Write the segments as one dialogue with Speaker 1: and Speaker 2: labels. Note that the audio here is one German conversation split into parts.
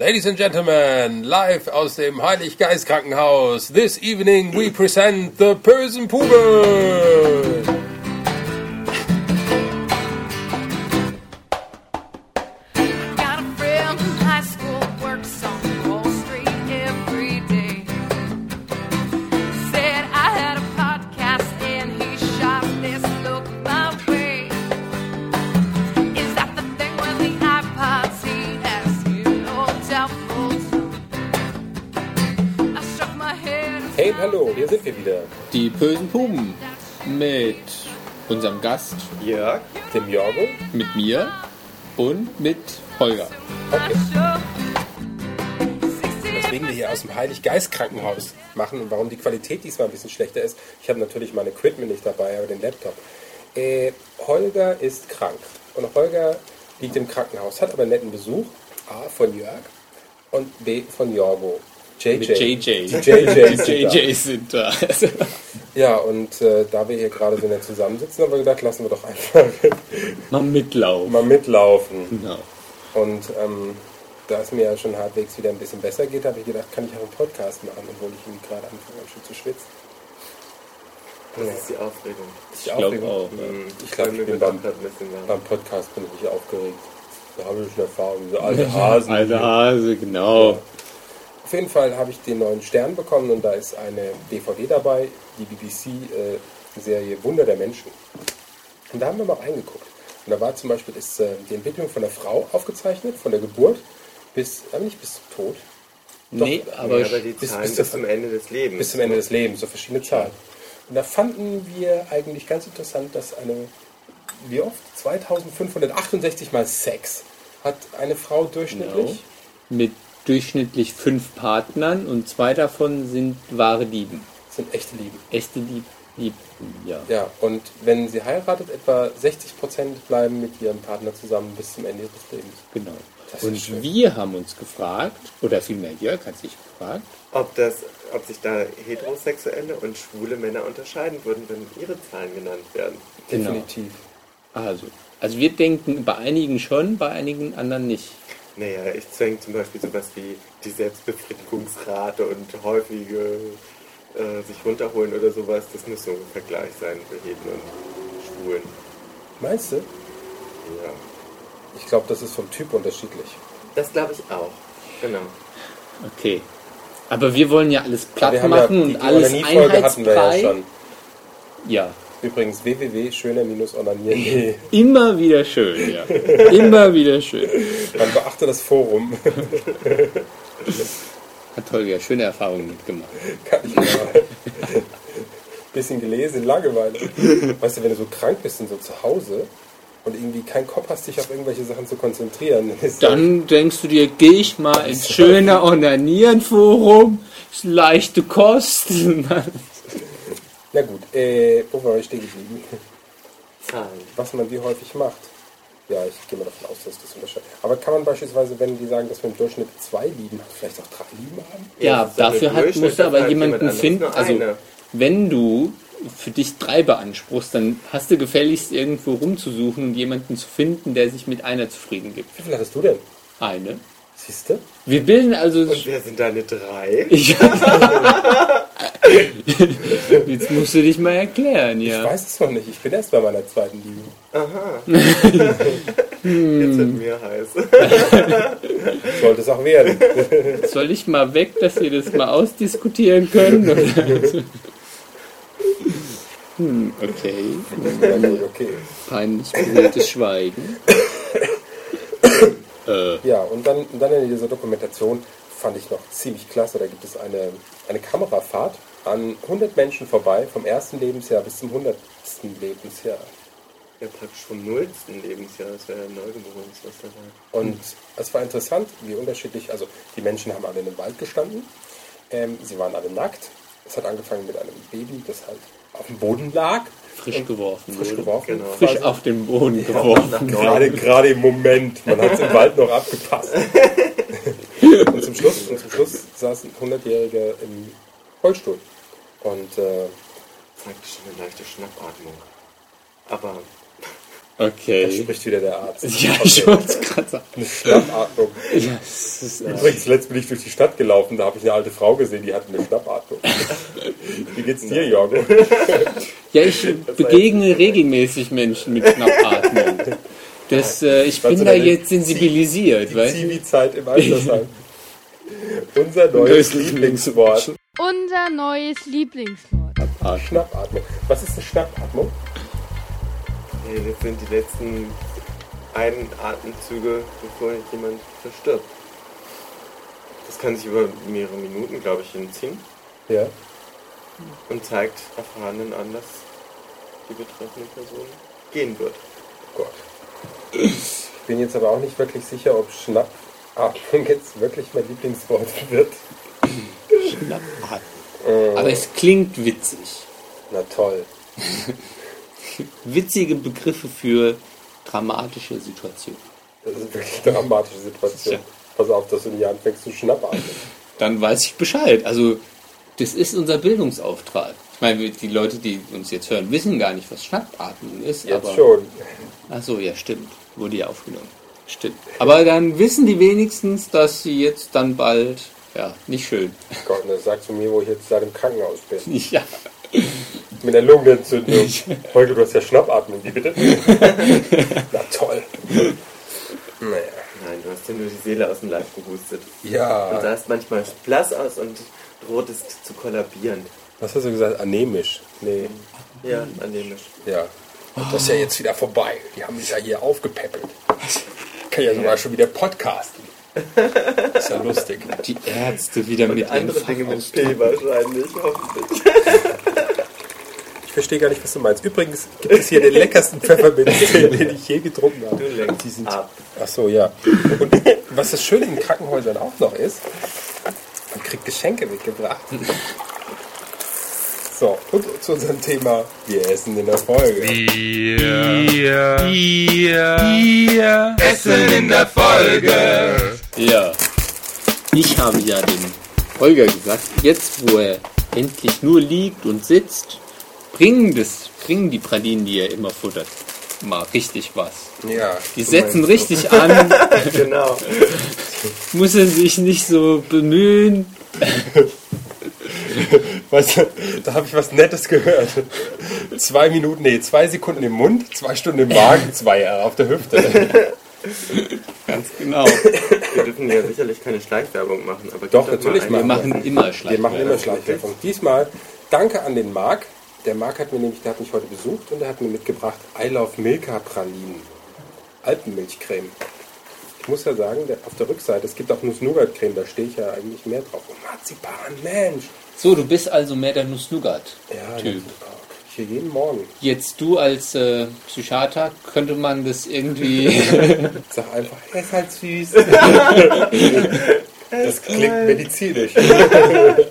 Speaker 1: Ladies and Gentlemen, live aus dem Heiliggeist Krankenhaus. This evening we present the Bösen Pube.
Speaker 2: Got a friend from high school, works on Wall Street every day. Said I had a podcast and he shot this look my way. Is that the thing with the iPods? He asked, you know, doubtful. tone. I shook my head. and
Speaker 1: Hey, und hallo, hier sind wir wieder.
Speaker 3: Die bösen Puben mit unserem Gast,
Speaker 4: Jörg,
Speaker 1: Tim Jorgo.
Speaker 3: mit mir und mit Holger.
Speaker 2: I shook.
Speaker 1: Wegen wir hier aus dem Heiliggeist Krankenhaus machen und warum die Qualität diesmal ein bisschen schlechter ist. Ich habe natürlich mein Equipment nicht dabei, aber den Laptop. Äh, Holger ist krank und Holger liegt im Krankenhaus, hat aber einen netten Besuch. A von Jörg und B von Jorgo. JJ.
Speaker 3: Mit JJ.
Speaker 1: JJ. ist da.
Speaker 3: JJ sind da.
Speaker 1: Ja, und äh, da wir hier gerade so nett zusammensitzen, haben wir gedacht, lassen wir doch einfach
Speaker 3: Mal mitlaufen.
Speaker 1: mal mitlaufen.
Speaker 3: Genau.
Speaker 1: Und ähm, da es mir ja schon halbwegs wieder ein bisschen besser geht, habe ich gedacht, kann ich auch einen Podcast machen, obwohl ich ihn gerade anfange, schon zu schwitzen.
Speaker 4: das ist die Aufregung.
Speaker 1: Ich
Speaker 3: glaub auch, ne? ja.
Speaker 1: Ich glaube, ich bin beim,
Speaker 4: gedacht hat, müssen wir.
Speaker 1: beim Podcast bin ich aufgeregt. Da habe ich schon Erfahrung, so alte Hasen.
Speaker 3: Alter Hase, genau.
Speaker 1: Auf jeden Fall habe ich den neuen Stern bekommen und da ist eine DVD dabei, die BBC-Serie äh, Wunder der Menschen. Und da haben wir mal reingeguckt. Und da war zum Beispiel ist, äh, die Entwicklung von der Frau aufgezeichnet, von der Geburt bis, aber nicht bis zum Tod,
Speaker 3: Nee, aber
Speaker 4: Ja, aber die
Speaker 1: bis-
Speaker 4: Zahlen
Speaker 1: bis
Speaker 4: bis,
Speaker 1: das-
Speaker 4: zum Ende des Lebens.
Speaker 1: bis zum Ende des Lebens, so verschiedene Zahlen. Und da fanden wir eigentlich ganz interessant, dass eine, wie oft? 2568 mal Sex hat eine Frau durchschnittlich.
Speaker 3: genau. mit durchschnittlich fünf Partnern und zwei davon sind wahre Dieben.
Speaker 1: sind echte Lieben.
Speaker 3: Echte Dieb Dieben, ja.
Speaker 1: Ja, und wenn sie heiratet, etwa 60% bleiben mit ihrem Partner zusammen bis zum Ende ihres Lebens.
Speaker 3: Genau.
Speaker 1: Das ist schön.
Speaker 3: Und wir haben uns gefragt, oder vielmehr Jörg hat sich gefragt,
Speaker 4: Ob, das, ob sich da heterosexuelle und schwule Männer unterscheiden würden, wenn ihre Zahlen genannt werden.
Speaker 3: Genau.
Speaker 1: Definitiv.
Speaker 3: also, also wir denken bei einigen schon, bei einigen anderen nicht.
Speaker 4: Naja, ich zwänge zum Beispiel sowas wie die Selbstbefriedigungsrate und häufige äh, sich runterholen oder sowas. Das muss so ein Vergleich sein für Heten und Schwulen.
Speaker 1: Meinst du?
Speaker 4: Ja.
Speaker 1: Ich glaube, das ist vom Typ unterschiedlich.
Speaker 4: Das glaube ich auch. Genau.
Speaker 3: Okay. Aber wir wollen ja alles platt
Speaker 1: wir haben ja
Speaker 3: machen
Speaker 1: die,
Speaker 3: und
Speaker 1: die
Speaker 3: alles
Speaker 1: Onanie-Folge hatten wir ja
Speaker 3: einheitsfrei.
Speaker 1: schon.
Speaker 3: ja,
Speaker 1: Übrigens www.schöner-onanier.de.
Speaker 3: immer wieder schön, ja. immer wieder schön.
Speaker 1: Man beachte das Forum.
Speaker 3: Hat Holger schöne Erfahrungen mitgemacht.
Speaker 1: Kann ich mal. Bisschen gelesen, Langeweile. Weißt du, wenn du so krank bist und so zu Hause und irgendwie keinen Kopf hast, dich auf irgendwelche Sachen zu konzentrieren, dann ist
Speaker 3: Dann denkst du dir, gehe ich mal ins schöne Onanierenforum, ist leichte Kost.
Speaker 1: Na gut, äh, wo war ich stehen geblieben?
Speaker 4: Zahlen.
Speaker 1: was man wie häufig macht. Ja, ich gehe mal davon aus, dass das unterscheidet. Aber kann man beispielsweise, wenn die sagen, dass wir im Durchschnitt zwei Lieben haben, vielleicht auch drei Lieben haben?
Speaker 3: Ja,
Speaker 4: das ist doch
Speaker 3: dafür
Speaker 4: der
Speaker 3: hat,
Speaker 4: Durchschnitt,
Speaker 3: musst du
Speaker 4: das
Speaker 3: aber
Speaker 4: hat jemand
Speaker 3: jemanden
Speaker 4: anderes,
Speaker 3: finden.
Speaker 4: nur
Speaker 3: Also,
Speaker 4: eine.
Speaker 3: wenn du für dich drei beanspruchst, dann hast du gefälligst irgendwo rumzusuchen und jemanden zu finden, der sich mit einer zufrieden gibt.
Speaker 1: Wie viel hattest du denn?
Speaker 3: Eine.
Speaker 1: Siehst du?
Speaker 3: Wir bilden also.
Speaker 4: Wer sind deine drei?
Speaker 3: Ich, jetzt musst du dich mal erklären,
Speaker 1: Ich
Speaker 3: ja.
Speaker 1: weiß es noch nicht. Ich bin erst bei meiner zweiten Liebe.
Speaker 4: Jetzt wird mir heiß.
Speaker 1: Sollte es auch werden.
Speaker 3: Soll ich mal weg, dass wir das mal ausdiskutieren können? Oder? Hm, okay.
Speaker 1: ja, gut, okay.
Speaker 3: Peinlich berührtes Schweigen.
Speaker 1: Ja, und dann, und dann in dieser Dokumentation fand ich noch ziemlich klasse. Da gibt es eine, eine Kamerafahrt an 100 Menschen vorbei, vom ersten Lebensjahr bis zum 100. Lebensjahr.
Speaker 4: Ja, praktisch vom nullsten Lebensjahr, das wäre ja neugeborenes, was da war.
Speaker 1: Und es war interessant, wie unterschiedlich, also die Menschen haben alle in dem Wald gestanden, ähm, sie waren alle nackt. Es hat angefangen mit einem Baby, das halt auf dem Boden lag,
Speaker 3: Frisch geworfen.
Speaker 1: frisch
Speaker 3: wurde.
Speaker 1: geworfen.
Speaker 4: Genau.
Speaker 3: Frisch auf den Boden geworfen.
Speaker 1: Gerade, gerade im Moment. Man hat es im Wald noch abgepasst. und, zum Schluss, und zum Schluss saß ein 100-Jähriger im Rollstuhl. Und äh,
Speaker 4: Praktisch eine leichte Schnappatmung. Aber
Speaker 1: Das
Speaker 3: Okay.
Speaker 1: spricht wieder der Arzt.
Speaker 3: Ja, ich wollte es gerade sagen.
Speaker 1: Eine Schnappatmung.
Speaker 3: Ja, es ist, äh,
Speaker 1: Übrigens, letzt bin ich durch die Stadt gelaufen, da habe ich eine alte Frau gesehen, die hatte eine Schnappatmung. Wie geht's dir, Jorgo?
Speaker 3: ja, ich begegne regelmäßig Menschen mit Schnappatmung. Das, äh, ich
Speaker 1: Kannst
Speaker 3: bin
Speaker 1: du
Speaker 3: da
Speaker 1: deine-
Speaker 3: jetzt sensibilisiert, weißt du?
Speaker 1: Die zeit im Altersheim. Unser neues
Speaker 3: Neues
Speaker 1: Lieblingswort.
Speaker 5: Unser neues Lieblingswort.
Speaker 3: Schnappatmung.
Speaker 1: Schnappatmung. Was ist eine Schnappatmung?
Speaker 4: Hey, das sind die letzten Einatemzüge, bevor jemand verstirbt. Das kann sich über mehrere Minuten, glaube ich, hinziehen
Speaker 1: Ja.
Speaker 4: und zeigt erfahrenen an, dass die betreffende Person gehen wird.
Speaker 1: Gott. Ich bin jetzt aber auch nicht wirklich sicher, ob Schnappatmung jetzt wirklich mein Lieblingswort wird.
Speaker 3: Äh. Aber es klingt witzig.
Speaker 1: Na toll.
Speaker 3: Witzige Begriffe für dramatische Situationen.
Speaker 1: Das ist wirklich eine dramatische Situation.
Speaker 3: Ja.
Speaker 1: Pass auf, dass du nicht anfängst zu schnappatmen.
Speaker 3: Dann weiß ich Bescheid. Also, das ist unser Bildungsauftrag. Ich meine, wir- die Leute, die uns jetzt hören, wissen gar nicht, was Schnappatmung ist.
Speaker 1: Jetzt
Speaker 3: aber,
Speaker 1: schon.
Speaker 3: Ach so, ja, stimmt. Wurde ja aufgenommen. Stimmt. Aber dann wissen die wenigstens, dass sie jetzt dann bald. Ja, nicht schön.
Speaker 1: Gott, ne, sag zu mir, wo ich jetzt seit im Krankenhaus bin.
Speaker 3: Ja.
Speaker 1: Mit der Lungenentzündung. Holger, du hast ja Schnappatmung, wie bitte? Na toll. Naja.
Speaker 4: Nein, du hast dir nur die Seele aus dem Leib gehustet. Du
Speaker 1: Ja.
Speaker 4: sahst manchmal blass aus und drohtest zu kollabieren.
Speaker 1: Was hast du gesagt? Anämisch? Nee.
Speaker 4: Ja, anemisch.
Speaker 1: Ja. Und das ist ja jetzt wieder vorbei. Die haben mich ja hier aufgepäppelt. Kann ja sogar schon wieder podcasten. Ist ja lustig.
Speaker 3: Die Ärzte wieder mit
Speaker 4: Andere
Speaker 3: ihren
Speaker 4: Dinge mit
Speaker 3: Fachausdrücken.
Speaker 4: P wahrscheinlich, hoffentlich.
Speaker 1: Ich verstehe gar nicht, was du meinst. Übrigens gibt es hier den leckersten Pfefferminztee, den ich je getrunken habe.
Speaker 4: Du lenkst ab.
Speaker 1: Ach so, ja. Und was das Schöne in Krankenhäusern auch noch ist, man kriegt Geschenke mitgebracht. So, und zu unserem Thema, wir essen in der Folge.
Speaker 3: Ja. Ich habe ja dem Holger gesagt, jetzt wo er endlich nur liegt und sitzt, bringen, das, bringen die Pralinen, die er immer futtert, mal richtig was.
Speaker 1: Ja,
Speaker 3: Die
Speaker 1: du
Speaker 3: setzen
Speaker 1: meinst-
Speaker 3: richtig an,
Speaker 4: Genau.
Speaker 3: muss er sich nicht so bemühen.
Speaker 1: Weißt du, da habe ich was Nettes gehört. Zwei Minuten, nee, zwei Sekunden im Mund, zwei Stunden im Magen, zwei auf der Hüfte.
Speaker 3: Ganz genau.
Speaker 4: Wir dürfen ja sicherlich keine Schleichwerbung machen, aber
Speaker 1: Doch,
Speaker 4: gib mal
Speaker 1: natürlich
Speaker 4: ein-
Speaker 1: mal.
Speaker 3: Wir machen immer
Speaker 1: Wir machen
Speaker 3: Schleim.
Speaker 1: immer Schlafwerbung. Diesmal danke an den Marc. Der Marc hat mir nämlich, der hat mich heute besucht und der hat mir mitgebracht I Love Milka Pralinen. Alpenmilchcreme. Ich muss ja sagen, der, auf der Rückseite, es gibt auch Nuss-Nougat-Creme, da stehe ich ja eigentlich mehr drauf. Oh, Marzipan, Mensch!
Speaker 3: So, du bist also mehr der
Speaker 1: Ja,
Speaker 3: Nuss-Nougat-Typ.
Speaker 1: das- oh, krieg ich hier jeden Morgen.
Speaker 3: Jetzt du als äh, Psychiater, könnte man das irgendwie...
Speaker 1: Sag einfach, er ist halt süß. das klingt medizinisch.
Speaker 4: halt-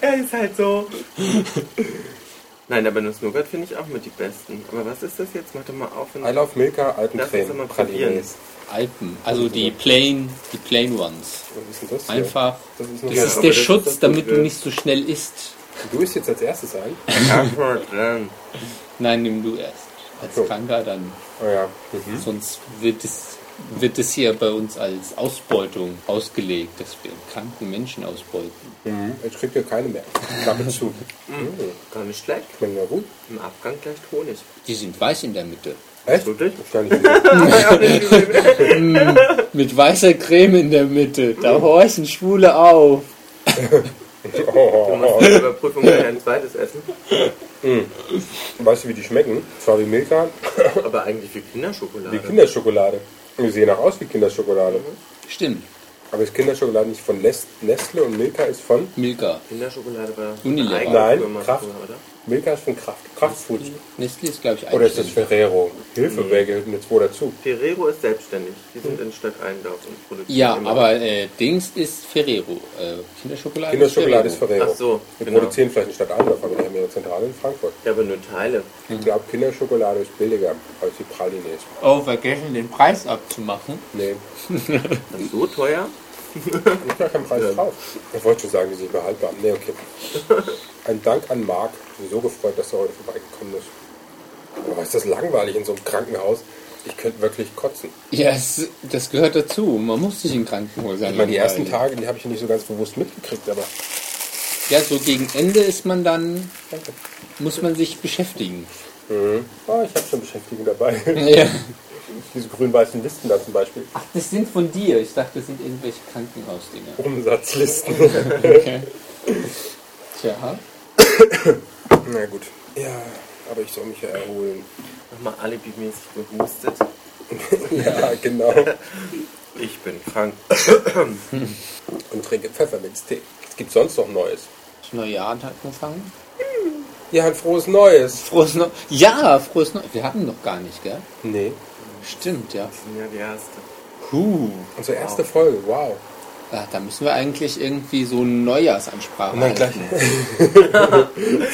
Speaker 4: Er ist halt so. Nein, aber Nuss Nougat finde ich auch mit die besten. Aber was ist das jetzt? Mach doch mal auf und
Speaker 1: I Love Milka
Speaker 4: lass uns doch mal
Speaker 1: Alpencreme
Speaker 4: probieren.
Speaker 1: Pralinen.
Speaker 3: Alpen, also die plain, die plain ones.
Speaker 1: Was ist denn das? hier?
Speaker 3: Einfach. Das
Speaker 1: Das ist
Speaker 3: ist,
Speaker 1: nur-
Speaker 4: Ja, aber
Speaker 3: der
Speaker 4: das ist
Speaker 3: Schutz,
Speaker 4: das
Speaker 3: damit
Speaker 4: Gute.
Speaker 3: du nicht so schnell isst.
Speaker 1: Du isst jetzt als erstes ein.
Speaker 4: Antwort dran.
Speaker 3: Nein, nimm du erst. Als
Speaker 1: So.
Speaker 3: Kranker dann.
Speaker 1: Oh ja. Mhm.
Speaker 3: Sonst wird es, wird es hier bei uns als Ausbeutung ausgelegt, dass wir kranken Menschen ausbeuten.
Speaker 1: Jetzt kriegt ihr keine mehr. Damit zu.
Speaker 4: Gar nicht schlecht.
Speaker 1: Schmeckt ja gut.
Speaker 4: Im Abgang gleich Honig.
Speaker 3: Die sind weiß in der Mitte.
Speaker 1: Echt?
Speaker 4: Wirklich?
Speaker 1: Ich kann nicht mehr.
Speaker 3: Mit weißer Creme in der Mitte. Da horchen Schwule auf.
Speaker 1: Oh, oh, oh.
Speaker 4: Machst du die Überprüfung für ein zweites Essen?
Speaker 1: Weißt du, wie die schmecken? Zwar wie Milka,
Speaker 4: Aber eigentlich wie
Speaker 1: wie
Speaker 4: Kinderschokolade.
Speaker 1: Kinderschokolade. Die sehen auch aus wie Kinderschokolade.
Speaker 4: Mhm.
Speaker 3: Stimmt.
Speaker 1: Aber ist Kinderschokolade nicht von Nest- Nestle und Milka ist von?
Speaker 3: Milka.
Speaker 4: Kinderschokolade war
Speaker 3: Unilever.
Speaker 4: eine eigene
Speaker 1: Nein,
Speaker 4: Firma
Speaker 1: Kraft.
Speaker 4: früher, oder?
Speaker 1: Milka ist von Kraft.
Speaker 4: Mhm.
Speaker 1: Kraftfoods.
Speaker 3: Nestle ist, glaube ich,
Speaker 1: Oder ist das
Speaker 3: eigenständig.
Speaker 1: Ferrero? Hilfe, wer gilt denn jetzt wo dazu?
Speaker 4: Ferrero ist selbstständig. Die sind
Speaker 1: Hm.
Speaker 4: in Stadt Eindorf und produzieren
Speaker 3: Ja,
Speaker 4: immer.
Speaker 3: aber äh, Dings ist Ferrero. Äh, Kinderschokolade,
Speaker 1: Kinderschokolade ist Ferrero.
Speaker 4: Ach so,
Speaker 1: Wir
Speaker 4: genau.
Speaker 1: produzieren vielleicht in Stadt Andorf, aber wir haben ja eine Zentrale in Frankfurt.
Speaker 4: Ja, aber nur Teile.
Speaker 1: Ich glaube, Kinderschokolade ist billiger als die Praline ist.
Speaker 3: Oh, vergessen den Preis abzumachen.
Speaker 1: Nee,
Speaker 4: Und so teuer?
Speaker 1: Ich gar keinen Preis drauf. Ich wollte schon sagen, die sind behaltbar. Nee, okay. Ein Dank an Marc. Ich bin so gefreut, dass er heute vorbeigekommen ist. Aber ist das langweilig in so einem Krankenhaus? Ich könnte wirklich kotzen.
Speaker 3: Ja, es, das gehört dazu. Man muss sich in Krankenhäusern
Speaker 1: Ich meine, die ersten
Speaker 3: langweilen.
Speaker 1: Tage, die habe ich nicht so ganz bewusst mitgekriegt, aber
Speaker 3: Ja, so gegen Ende ist man dann,
Speaker 1: danke.
Speaker 3: muss man sich beschäftigen.
Speaker 1: Ah, ich habe schon Beschäftigung dabei.
Speaker 3: Ja.
Speaker 1: Diese grün-weißen Listen da zum Beispiel.
Speaker 3: Ach, das sind von dir. Ich dachte, das sind irgendwelche Krankenhausdinger.
Speaker 1: Umsatzlisten.
Speaker 3: Okay. Tja.
Speaker 1: Na gut. Ja, aber ich soll mich ja erholen.
Speaker 4: Nochmal alibimäßig gehustet.
Speaker 1: Ja, genau.
Speaker 4: Ich bin krank.
Speaker 1: Und trinke Pfefferminztee. Es gibt sonst noch Neues.
Speaker 3: Das neue Jahr hat angefangen.
Speaker 1: Ja, ein frohes Neues.
Speaker 3: Frohes Neues. Ja, frohes Neues. Wir hatten noch gar nicht, gell?
Speaker 1: Nee.
Speaker 3: Stimmt, ja.
Speaker 4: Das sind ja die erste.
Speaker 3: Huh.
Speaker 1: Unsere erste Folge, wow.
Speaker 3: Ah, da müssen wir eigentlich irgendwie so eine Neujahrsansprache machen.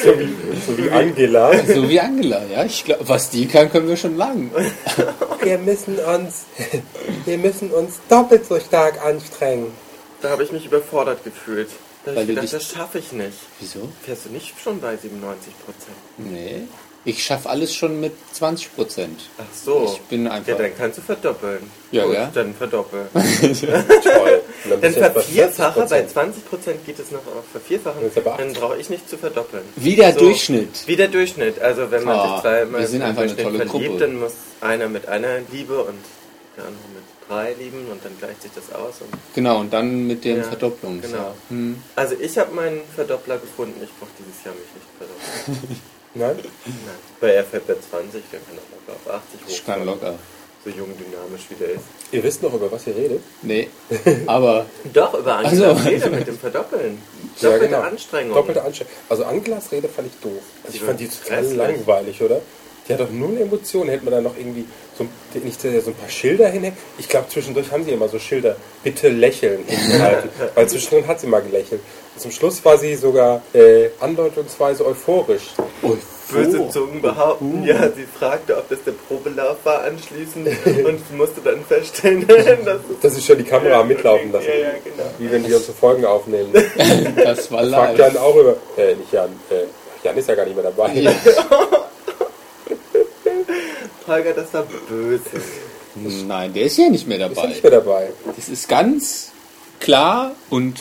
Speaker 1: So wie Angela.
Speaker 3: So wie Angela, ja. Ich glaube, was die kann, können wir schon lang.
Speaker 1: Wir müssen uns, wir müssen uns doppelt so stark anstrengen.
Speaker 4: Da habe ich mich überfordert gefühlt. Da habe
Speaker 3: Weil
Speaker 4: ich
Speaker 3: du
Speaker 4: gedacht,
Speaker 3: dich-
Speaker 4: das schaffe ich nicht.
Speaker 3: Wieso?
Speaker 4: Fährst du nicht schon bei 97 Prozent?
Speaker 3: Nee. Ich schaffe alles schon mit 20 Prozent.
Speaker 4: Ach so.
Speaker 3: Ich bin einfach-
Speaker 4: Ja, dann kannst du verdoppeln.
Speaker 3: Ja,
Speaker 4: Gut,
Speaker 3: ja.
Speaker 4: dann verdoppeln.
Speaker 1: Toll. Und
Speaker 4: Dann
Speaker 1: dann bist du jetzt bei
Speaker 4: vervierfache, bei 20%
Speaker 1: 40%.
Speaker 4: geht es noch auf vervierfachen,
Speaker 1: Dann ist er bei
Speaker 4: dann
Speaker 1: 80.
Speaker 4: brauche ich nicht zu verdoppeln.
Speaker 3: Wie der Durchschnitt.
Speaker 4: Wie der Durchschnitt. Also wenn man
Speaker 3: Ah,
Speaker 4: sich zweimal
Speaker 3: wir sind
Speaker 4: im
Speaker 3: einfach eine
Speaker 4: Durchschnitt
Speaker 3: tolle
Speaker 4: verliebt,
Speaker 3: Gruppe.
Speaker 4: dann muss einer mit einer Liebe und der andere mit drei lieben und dann gleicht sich das aus. Und
Speaker 3: Genau, und dann mit dem
Speaker 4: Ja,
Speaker 3: Verdopplungs.
Speaker 4: genau.
Speaker 3: Hm.
Speaker 4: also ich habe meinen Verdoppler gefunden, ich brauche dieses Jahr mich nicht verdoppeln.
Speaker 1: Nein?
Speaker 4: Nein. Weil er fällt bei 20, dann kann er locker auf 80 hoch.
Speaker 3: Ich kann locker.
Speaker 4: So jung dynamisch wie der ist.
Speaker 1: Ihr wisst noch, über was ihr redet?
Speaker 3: Nee. Aber
Speaker 4: Doch, über Angela
Speaker 3: Also-
Speaker 4: Rede mit dem Verdoppeln. Doppelte
Speaker 1: genau.
Speaker 4: Anstrengung.
Speaker 1: Doppelte Anstrengung. Also Angelas Rede fand ich doof. Also ich
Speaker 4: Die
Speaker 1: fand
Speaker 4: war
Speaker 1: die total
Speaker 4: grässlich.
Speaker 1: langweilig, oder? Die hat doch null Emotionen. Hätte man da noch irgendwie so, nicht so ein paar Schilder hinhängen? Ich glaube, zwischendurch haben sie immer so Schilder. Bitte lächeln. hingehalten. Weil zwischendrin hat sie mal gelächelt. Und zum Schluss war sie sogar äh, andeutungsweise euphorisch.
Speaker 4: Böse Zungen behaupten, ja, sie fragte, ob das der Probelauf war anschließend und musste dann feststellen, dass es
Speaker 1: Das ist schon die Kamera am mitlaufen lassen.
Speaker 4: Ja, ja, genau.
Speaker 1: Wie wenn die unsere Folgen aufnehmen.
Speaker 3: das war
Speaker 1: Fragt
Speaker 3: live.
Speaker 1: Jan auch über. Äh, nicht Jan. Äh, Jan ist ja gar nicht mehr dabei.
Speaker 3: Ja.
Speaker 4: Holger, das war böse.
Speaker 3: Nein, der ist ja nicht mehr
Speaker 1: Ist ja
Speaker 3: dabei.
Speaker 1: nicht mehr dabei.
Speaker 3: Das ist ganz klar und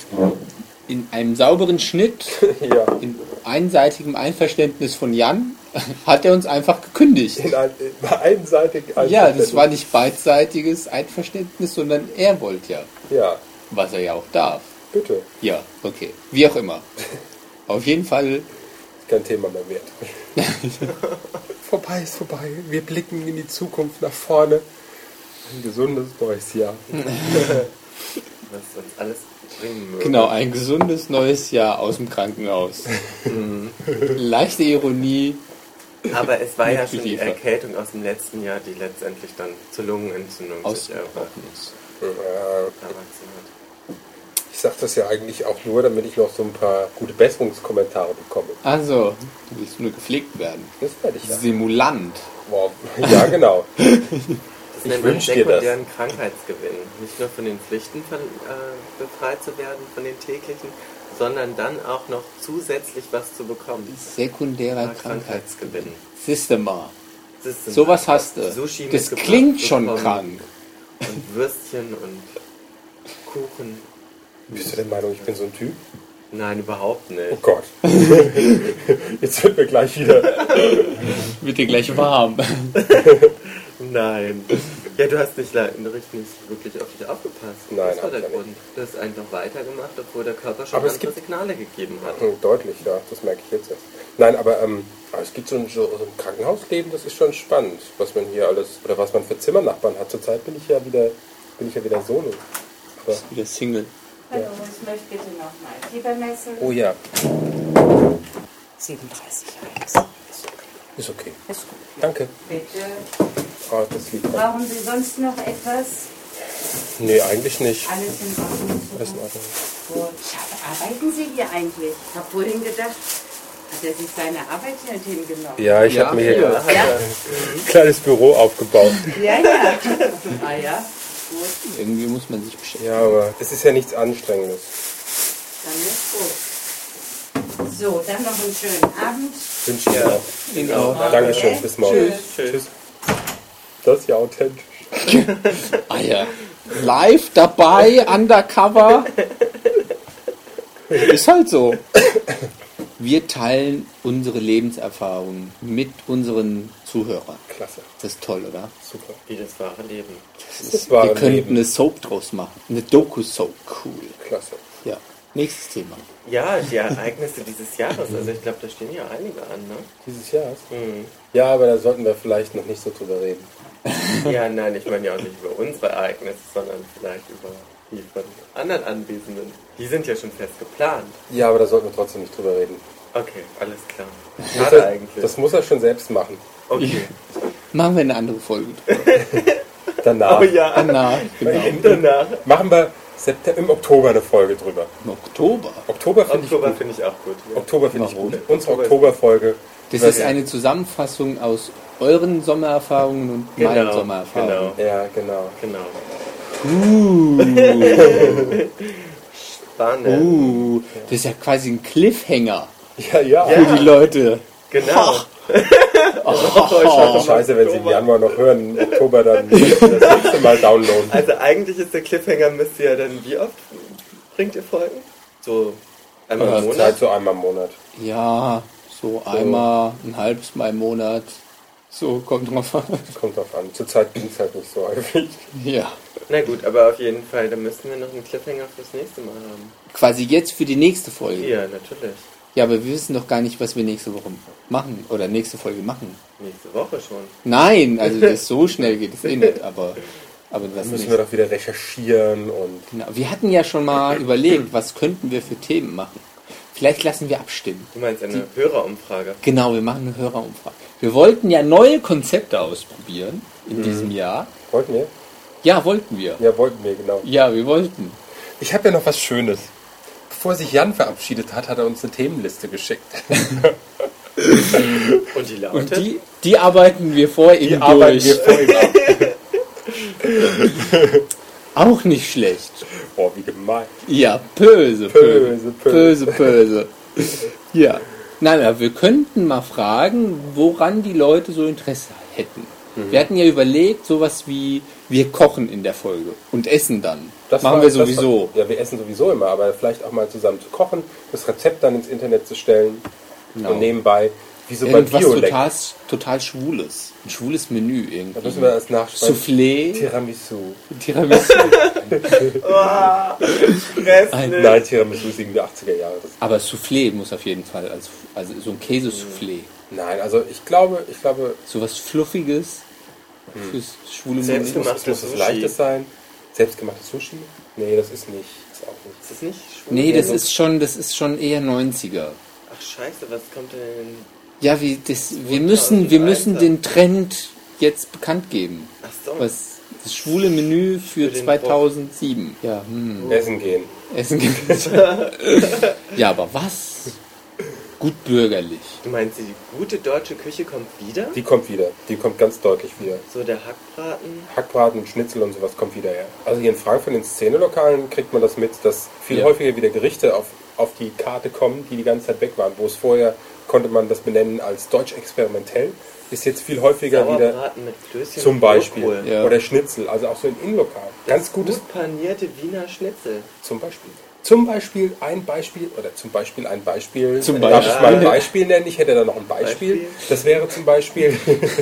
Speaker 3: in einem sauberen Schnitt,
Speaker 1: Ja.
Speaker 3: in einseitigem Einverständnis von Jan, hat er uns einfach gekündigt.
Speaker 1: In ein, in einseitig
Speaker 3: Ja, das war nicht beidseitiges Einverständnis, sondern er wollte ja,
Speaker 1: Ja,
Speaker 3: was er ja auch darf.
Speaker 1: bitte.
Speaker 3: Ja, okay. Wie auch immer. Auf jeden Fall
Speaker 1: Ist kein Thema mehr wert. vorbei ist vorbei. Wir blicken in die Zukunft nach vorne. Ein gesundes neues Jahr.
Speaker 4: Was uns alles bringen möge.
Speaker 3: Genau, ein gesundes neues Jahr aus dem Krankenhaus. Mhm. Leichte Ironie.
Speaker 4: Aber es war ja schon die
Speaker 3: Mitgeliefert.
Speaker 4: Erkältung aus dem letzten Jahr, die letztendlich dann zur Lungenentzündung sich erwachsen
Speaker 3: Ausgebrochen ist.
Speaker 1: Ja,
Speaker 4: hat.
Speaker 1: ich sage das ja eigentlich auch nur, damit ich noch so ein paar gute Besserungskommentare bekomme.
Speaker 3: Also, du willst nur gepflegt werden.
Speaker 1: Das werde ich ja.
Speaker 3: Simulant.
Speaker 1: Wow. Ja, genau.
Speaker 4: Das
Speaker 1: Ich
Speaker 4: nennt man
Speaker 1: wünsch dir das.
Speaker 4: sekundären Krankheitsgewinn. Nicht nur von den Pflichten von, äh, befreit zu werden, von den täglichen, sondern dann auch noch zusätzlich was zu bekommen.
Speaker 3: Sekundärer Krankheits.
Speaker 4: Krankheitsgewinn.
Speaker 3: Systema.
Speaker 4: Das ist ein-
Speaker 3: Sowas hast du.
Speaker 4: Sushi
Speaker 3: Das
Speaker 4: mitgebracht
Speaker 3: klingt schon
Speaker 4: bekommen.
Speaker 3: krank.
Speaker 4: Und Würstchen und Kuchen.
Speaker 1: Bist du der Meinung, ich bin so ein Typ?
Speaker 4: Nein, überhaupt
Speaker 1: Oh
Speaker 4: nicht.
Speaker 1: Gott. Jetzt wird mir gleich wieder.
Speaker 3: Wird dir gleich warm.
Speaker 4: Nein. Ja, du hast nicht, le- richtig nicht wirklich auf dich aufgepasst.
Speaker 1: Nein,
Speaker 4: das war der
Speaker 1: hab ich ja
Speaker 4: Grund. Du hast einfach weitergemacht, obwohl der Körper schon
Speaker 1: Aber es
Speaker 4: andere
Speaker 1: gibt-
Speaker 4: Signale gegeben hat.
Speaker 1: Hm, Deutlich, ja, das merke ich jetzt erst. Nein, aber ähm, aber es gibt so ein, so so ein Krankenhausleben, das ist schon spannend, was man hier alles, oder was man für Zimmernachbarn hat. Zurzeit bin ich ja wieder, bin ich ja wieder solo. Aber,
Speaker 3: Wieder Single.
Speaker 6: Hallo, ich möchte bitte nochmal Fieber messen.
Speaker 1: oh ja,
Speaker 6: 37,1.
Speaker 1: ist okay.
Speaker 6: Ist gut.
Speaker 1: Danke.
Speaker 6: Bitte.
Speaker 1: Ah, das liegt.
Speaker 6: Brauchen Sie sonst noch etwas?
Speaker 1: Nee, eigentlich nicht.
Speaker 6: Alles in Ordnung?
Speaker 1: Alles in Ordnung.
Speaker 6: Gut. Ja, Arbeiten Sie hier eigentlich? Ich habe vorhin gedacht, hat er sich seine Arbeit hier hingenommen?
Speaker 1: Ja, ich
Speaker 3: Ja,
Speaker 1: habe mir hier
Speaker 3: ja.
Speaker 1: gerade ein kleines Büro aufgebaut.
Speaker 6: Ja, ja. ah ja, gut,
Speaker 3: Irgendwie muss man sich beschäftigen.
Speaker 1: Ja, aber es ist ja nichts Anstrengendes.
Speaker 6: dann ist gut. So, dann noch einen schönen Abend.
Speaker 1: Wünsche ich dir auch.
Speaker 3: Genau.
Speaker 1: Dankeschön, bis morgen.
Speaker 6: Tschüss.
Speaker 1: Tschüss. Das ist ja authentisch.
Speaker 3: Ah ja. Live dabei, undercover. Ist halt so. Wir teilen unsere Lebenserfahrungen mit unseren Zuhörern.
Speaker 1: Klasse.
Speaker 3: Das ist toll, oder?
Speaker 1: Super.
Speaker 4: Wie das wahre Leben.
Speaker 1: Das
Speaker 3: ist,
Speaker 1: ist wahre
Speaker 3: wir könnten
Speaker 1: Leben.
Speaker 3: eine Soap draus machen. Eine Doku-Soap. Cool.
Speaker 1: Klasse.
Speaker 3: Ja. Nächstes Thema.
Speaker 4: Ja, die Ereignisse dieses Jahres. Also ich glaube, da stehen ja einige an, ne?
Speaker 1: Dieses Jahr ist. Ja, aber da sollten wir vielleicht noch nicht so drüber reden.
Speaker 4: Ja, nein, ich meine ja auch nicht über unsere Ereignisse, sondern vielleicht über die von anderen Anwesenden. Die sind ja schon fest geplant.
Speaker 1: Ja, aber da sollten wir trotzdem nicht drüber reden.
Speaker 4: Okay, alles klar.
Speaker 1: Muss
Speaker 4: Schade
Speaker 1: er,
Speaker 4: eigentlich.
Speaker 1: Das muss er schon selbst machen.
Speaker 4: okay.
Speaker 3: Machen wir eine andere Folge. drüber.
Speaker 1: Danach.
Speaker 4: Oh ja,
Speaker 3: Anna, genau.
Speaker 4: danach.
Speaker 1: Machen wir September, im Oktober eine Folge drüber.
Speaker 3: Im Oktober.
Speaker 1: Oktober finde ich
Speaker 4: Oktober
Speaker 1: gut.
Speaker 4: finde ich auch gut. Ja.
Speaker 1: Oktober finde ich
Speaker 3: Warum?
Speaker 1: gut. Unsere Oktoberfolge.
Speaker 3: Das ist eine Zusammenfassung aus euren Sommererfahrungen und meinen
Speaker 4: Genau,
Speaker 3: Sommererfahrungen.
Speaker 1: Ja, genau.
Speaker 4: Genau.
Speaker 3: Genau. Uh,
Speaker 4: Spannend.
Speaker 3: uh, das ist ja quasi ein Cliffhanger
Speaker 1: Ja, ja.
Speaker 3: für die Leute.
Speaker 4: Genau.
Speaker 1: Oh, Scheiße, wenn sie im Januar noch hören, im Oktober dann das nächste Mal downloaden.
Speaker 4: Also eigentlich ist der Cliffhanger, müsst ihr ja dann, wie oft bringt ihr Folgen? So einmal
Speaker 3: Ja,
Speaker 4: im
Speaker 1: Drei
Speaker 4: Monat?
Speaker 1: zu einmal im Monat.
Speaker 3: Ja, so einmal, ein halbes Mal im Monat. So, kommt drauf an.
Speaker 1: Kommt drauf an. Zurzeit ging es halt nicht so häufig.
Speaker 3: Ja.
Speaker 4: Na gut, aber auf jeden Fall, dann müssen wir noch einen Cliffhanger fürs nächste Mal haben.
Speaker 3: Quasi jetzt für die nächste Folge.
Speaker 4: Ja, natürlich.
Speaker 3: Ja, aber wir wissen doch gar nicht, was wir nächste Woche machen. Oder nächste Folge machen.
Speaker 4: Nächste Woche schon.
Speaker 3: Nein, also das so schnell geht es eh nicht, aber, aber das
Speaker 1: Müssen
Speaker 3: nicht.
Speaker 1: wir doch wieder recherchieren und
Speaker 3: Genau. Wir hatten ja schon mal überlegt, was könnten wir für Themen machen. Vielleicht lassen wir abstimmen.
Speaker 4: Du meinst eine Hörerumfrage?
Speaker 3: Genau, wir machen eine Hörerumfrage. Wir wollten ja neue Konzepte ausprobieren in diesem Jahr.
Speaker 1: wollten wir?
Speaker 3: Ja, wollten wir.
Speaker 1: Ja, wollten wir, genau.
Speaker 3: Ja, wir wollten.
Speaker 1: Ich habe ja noch was Schönes. Bevor sich Jan verabschiedet hat, hat er uns eine Themenliste geschickt.
Speaker 4: Und die lautet?
Speaker 3: Und die, die arbeiten wir vor ihm
Speaker 1: Die
Speaker 3: durch.
Speaker 1: arbeiten wir vor ihm ab.
Speaker 3: Auch nicht schlecht.
Speaker 1: Boah, wie gemein.
Speaker 3: Ja, böse, böse,
Speaker 1: Böse,
Speaker 3: böse,
Speaker 1: böse.
Speaker 3: böse. ja. Nein, aber wir könnten mal fragen, woran die Leute so Interesse hätten.
Speaker 1: Mhm.
Speaker 3: Wir hatten ja überlegt, sowas wie wir kochen in der Folge und essen dann. Das machen
Speaker 1: war-
Speaker 3: wir
Speaker 1: das war-
Speaker 3: sowieso.
Speaker 1: ja, wir essen sowieso immer, aber vielleicht auch mal zusammen zu kochen, das Rezept dann ins Internet zu stellen
Speaker 3: Genau.
Speaker 1: und nebenbei, wie so beim
Speaker 3: Irgendwas
Speaker 1: Biolek.
Speaker 3: total, total schwules. Ein schwules Menü irgendwie.
Speaker 1: Da müssen wir das nachschauen.
Speaker 3: Soufflé,
Speaker 1: Tiramisu.
Speaker 3: Tiramisu.
Speaker 4: Grässlich.
Speaker 1: Nein, Tiramisu ist irgendwie 80er Jahre. Das
Speaker 3: aber Soufflé muss auf jeden Fall, als, also so ein Käse-Soufflé.
Speaker 1: Nein, also ich glaube, ich glaube,
Speaker 3: Sowas Fluffiges fürs schwule
Speaker 4: Selbst
Speaker 3: Menü.
Speaker 1: es muss,
Speaker 4: Gemachtes
Speaker 1: muss was
Speaker 4: Sushi.
Speaker 1: Leichtes sein. Selbstgemachtes Sushi? Nee, das ist nicht. Ist auch
Speaker 4: Ist
Speaker 1: nicht.
Speaker 4: das nicht schwul? Also,
Speaker 3: Nee, das
Speaker 1: so-
Speaker 3: ist schon, das ist schon eher 90er.
Speaker 4: Ach scheiße, was kommt denn?
Speaker 3: Ja, wie, das, wir müssen, wir müssen den Trend jetzt bekannt geben.
Speaker 4: Ach so.
Speaker 3: Was, das schwule Menü für,
Speaker 4: Für den
Speaker 3: 2007. Ja, hm.
Speaker 1: Essen gehen.
Speaker 3: Essen gibt's. ja, aber was? Gut bürgerlich.
Speaker 4: Du meinst, die gute deutsche Küche kommt wieder?
Speaker 1: Die kommt wieder. Die kommt ganz deutlich wieder.
Speaker 4: So der Hackbraten?
Speaker 1: Hackbraten, Schnitzel und sowas kommt wieder her. Also hier in Frankfurt in den Szenelokalen kriegt man das mit, dass viel
Speaker 3: Ja.
Speaker 1: häufiger wieder Gerichte auf, auf die Karte kommen, die die ganze Zeit weg waren. Wo es vorher konnte man das benennen als deutsch experimentell, ist jetzt viel häufiger wieder
Speaker 4: Sauerbraten mit Klößchen
Speaker 1: zum
Speaker 4: und
Speaker 1: Beispiel.
Speaker 4: Rotkohl.
Speaker 3: Ja.
Speaker 1: Oder Schnitzel, also auch so in Innenlokalen. Ganz gutes
Speaker 4: Gut panierte Wiener Schnitzel.
Speaker 1: zum Beispiel. Zum Beispiel ein Beispiel, oder zum Beispiel ein Beispiel.
Speaker 3: Zum
Speaker 1: Darf ich mal ein
Speaker 3: Beispiel.
Speaker 1: Beispiel nennen? Ich hätte da noch ein Beispiel.
Speaker 4: Beispiel.
Speaker 1: Das wäre zum Beispiel,